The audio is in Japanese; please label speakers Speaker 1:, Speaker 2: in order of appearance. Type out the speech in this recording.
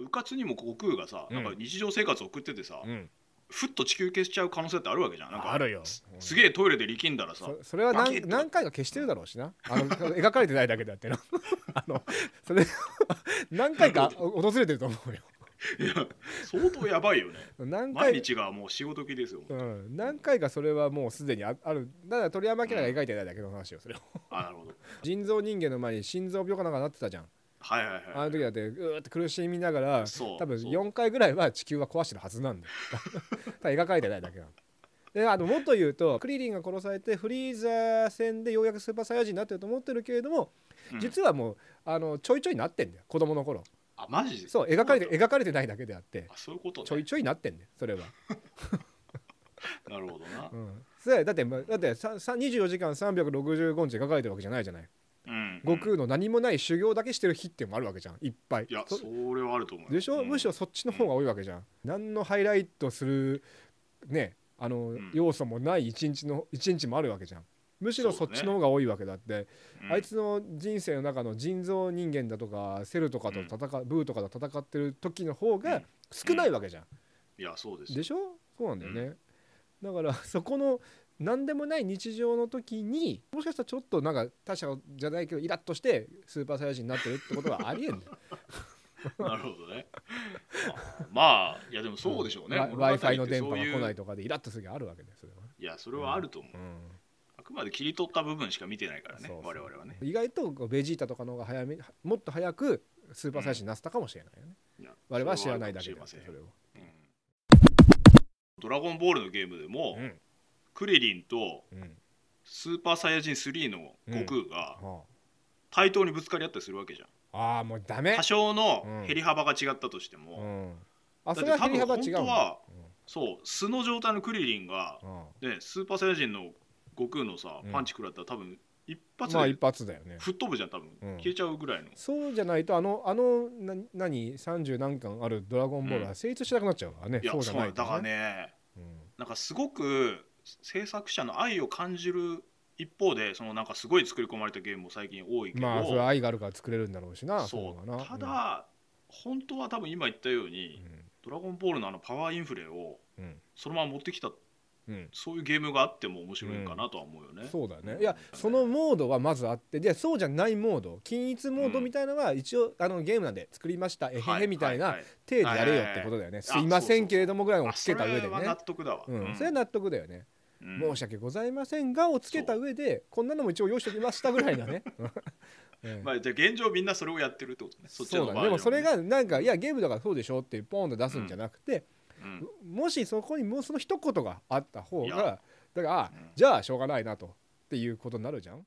Speaker 1: うかつにも悟空がさ、
Speaker 2: うん
Speaker 1: なんか日常生活を送っててさ、
Speaker 2: うん、
Speaker 1: ふっと地球消しちゃう可能性ってあるわけじゃんなんか
Speaker 2: あるよ
Speaker 1: すすげえトイレで力んだらさ
Speaker 2: そそれは
Speaker 1: バキッ
Speaker 2: 何
Speaker 1: と
Speaker 2: 何回か消してるだろうしなあの描かれてないだけであってなあの それ何回かお訪れてると思うよ
Speaker 1: いや相当やばいよ ね
Speaker 2: 何
Speaker 1: 毎
Speaker 2: 回
Speaker 1: 日がもう仕事気ですよ、
Speaker 2: うん、何回かそれはもうすでにああるだから鳥山明が描いてないだけの話よ それを
Speaker 1: あなるほど
Speaker 2: 人造人間の前に心臓病かなんかなってたじゃん
Speaker 1: はいはいはい
Speaker 2: あの時だってうーって苦しみながら
Speaker 1: そう
Speaker 2: 多分
Speaker 1: そう
Speaker 2: 4回ぐらいは地球は壊してるはずなんだ よただ描かれてないだけなのであのもっと言うとクリリンが殺されてフリーザー戦でようやくスーパーサイヤ人になってると思ってるけれども、
Speaker 1: うん
Speaker 2: 実はもうあのちょいちょいなってんだよ子供の頃
Speaker 1: あマジで
Speaker 2: そう描かれて
Speaker 1: そう
Speaker 2: 描かれてないだけであって
Speaker 1: あそういうこと
Speaker 2: ちょ
Speaker 1: ね
Speaker 2: いちょいなってんだよそれは、
Speaker 1: なるほどな
Speaker 2: うん、それだってまだってささ24時間365日描かれてるわけじゃないじゃない
Speaker 1: うん
Speaker 2: 悟空の何もない修行だけしてる日っていうのもあるわけじゃんいっぱい
Speaker 1: いや
Speaker 2: そ
Speaker 1: それはあると思うよ
Speaker 2: でしょ、
Speaker 1: うん
Speaker 2: むしろそっちの方が多いわけじゃん、何のハイライトするねあの、
Speaker 1: ん
Speaker 2: 要素もない一日の一日もあるわけじゃんむしろそ
Speaker 1: そう
Speaker 2: っ
Speaker 1: だね
Speaker 2: ちの方が多いわけだって、
Speaker 1: うん
Speaker 2: あいつの人生の中の人造人間だとかセルとかと戦う、ブーとかと戦ってる時の方
Speaker 1: う
Speaker 2: が
Speaker 1: ん
Speaker 2: 少ないわけじゃん、
Speaker 1: いやそうですよ
Speaker 2: でしょそうなんだよね、だから そこの何でもない日常の時にもしかしたらちょっとなんか他者じゃないけどイラッとしてスーパーサイヤ人になってるってことはありえんだよ
Speaker 1: なるほどね。まあ、いやでもそうでしょうね。
Speaker 2: w
Speaker 1: 物語
Speaker 2: i
Speaker 1: って
Speaker 2: f i の電波
Speaker 1: そう
Speaker 2: が
Speaker 1: いう
Speaker 2: 来ないとかでイラッとする時あるわけですよ、
Speaker 1: いや、それはあると思う。
Speaker 2: う
Speaker 1: あくまで切り取った部分しか見てないからね
Speaker 2: そう、そう
Speaker 1: 我々はね。
Speaker 2: ん、意外とこうベジータとかの方が早めもっと早くスーパーサイヤ人になってたかもしれないよね、
Speaker 1: いや
Speaker 2: 我々は知らないだけ
Speaker 1: そ
Speaker 2: で
Speaker 1: れはあるかもしれません
Speaker 2: それを、
Speaker 1: うんドラゴンボールのゲームでも、
Speaker 2: うん
Speaker 1: クリリンと
Speaker 2: うん
Speaker 1: スーパーサイヤ人3の悟空が
Speaker 2: は
Speaker 1: 対等にぶつかり合ったりするわけじゃん。
Speaker 2: あ、あーもうダメ
Speaker 1: 多、少
Speaker 2: うん
Speaker 1: の減り幅が違ったとして
Speaker 2: う
Speaker 1: も、
Speaker 2: ん、
Speaker 1: だ
Speaker 2: あそ
Speaker 1: っ
Speaker 2: れ
Speaker 1: て
Speaker 2: は
Speaker 1: 多
Speaker 2: 振り
Speaker 1: 分
Speaker 2: 幅
Speaker 1: 本
Speaker 2: 違
Speaker 1: 当
Speaker 2: う
Speaker 1: は、
Speaker 2: うん
Speaker 1: そう、素の状態のクリリンが、
Speaker 2: う
Speaker 1: ね、スーパーサイヤ人の悟空のさ
Speaker 2: うん、
Speaker 1: パンチ食らったら多分一
Speaker 2: ん
Speaker 1: 発
Speaker 2: まあ
Speaker 1: で
Speaker 2: 一発だよね
Speaker 1: 吹っ飛ぶじゃん多分、
Speaker 2: うん
Speaker 1: 消えちゃうぐらいの
Speaker 2: そうじゃないとあのあのな何30何巻ある「ドラゴンボール」
Speaker 1: う
Speaker 2: は成立しなくなっちゃうからね、
Speaker 1: いや
Speaker 2: そうじ
Speaker 1: そ
Speaker 2: ゃ
Speaker 1: うな
Speaker 2: なんい
Speaker 1: だだから
Speaker 2: とね、
Speaker 1: ね
Speaker 2: うん
Speaker 1: なんかすごく制作者の愛を感じる一方でそのなんかすごい作り込まれたゲームも最近多いけど、
Speaker 2: まあそれは愛があるから作れるんだろうしな
Speaker 1: そう
Speaker 2: いのがな
Speaker 1: ただ、本当は多分今言ったように「ドラゴンボール」のあのパワーインフレを
Speaker 2: うんうん
Speaker 1: そのまま持ってきた
Speaker 2: うんうん
Speaker 1: そういうゲームがあっても面白いかなとは思うよね、
Speaker 2: そうだね
Speaker 1: うん
Speaker 2: いやそのモードはまずあってでそうじゃないモード均一モードみたいなのは一応、あのゲームなんで作りましたえへ
Speaker 1: は
Speaker 2: へみたい
Speaker 1: は
Speaker 2: な
Speaker 1: は
Speaker 2: 手でやれよってことだ
Speaker 1: は
Speaker 2: よね、
Speaker 1: いはい
Speaker 2: すいませんけれどもぐらいをつけた上
Speaker 1: あ
Speaker 2: で
Speaker 1: それは納
Speaker 2: ね
Speaker 1: 得だわ、
Speaker 2: うん、
Speaker 1: うん
Speaker 2: それは納得だよね、
Speaker 1: うん
Speaker 2: 申し訳ございませんがをつけた上でこんなのも一応用意しておきましたぐらい だね、うん
Speaker 1: まあ、じゃあ現状みんなそれをやってるってことねそっち
Speaker 2: そ
Speaker 1: の
Speaker 2: う
Speaker 1: 場
Speaker 2: だ
Speaker 1: 合
Speaker 2: ねでもそれ、がなんかいやゲームだからそうでしょってポンと出すんじゃなく
Speaker 1: うん
Speaker 2: て、もしそこにもうその一言があった方
Speaker 1: い
Speaker 2: が
Speaker 1: や
Speaker 2: だからあ
Speaker 1: うん
Speaker 2: じゃあしょうがないなとっていうことになるじゃん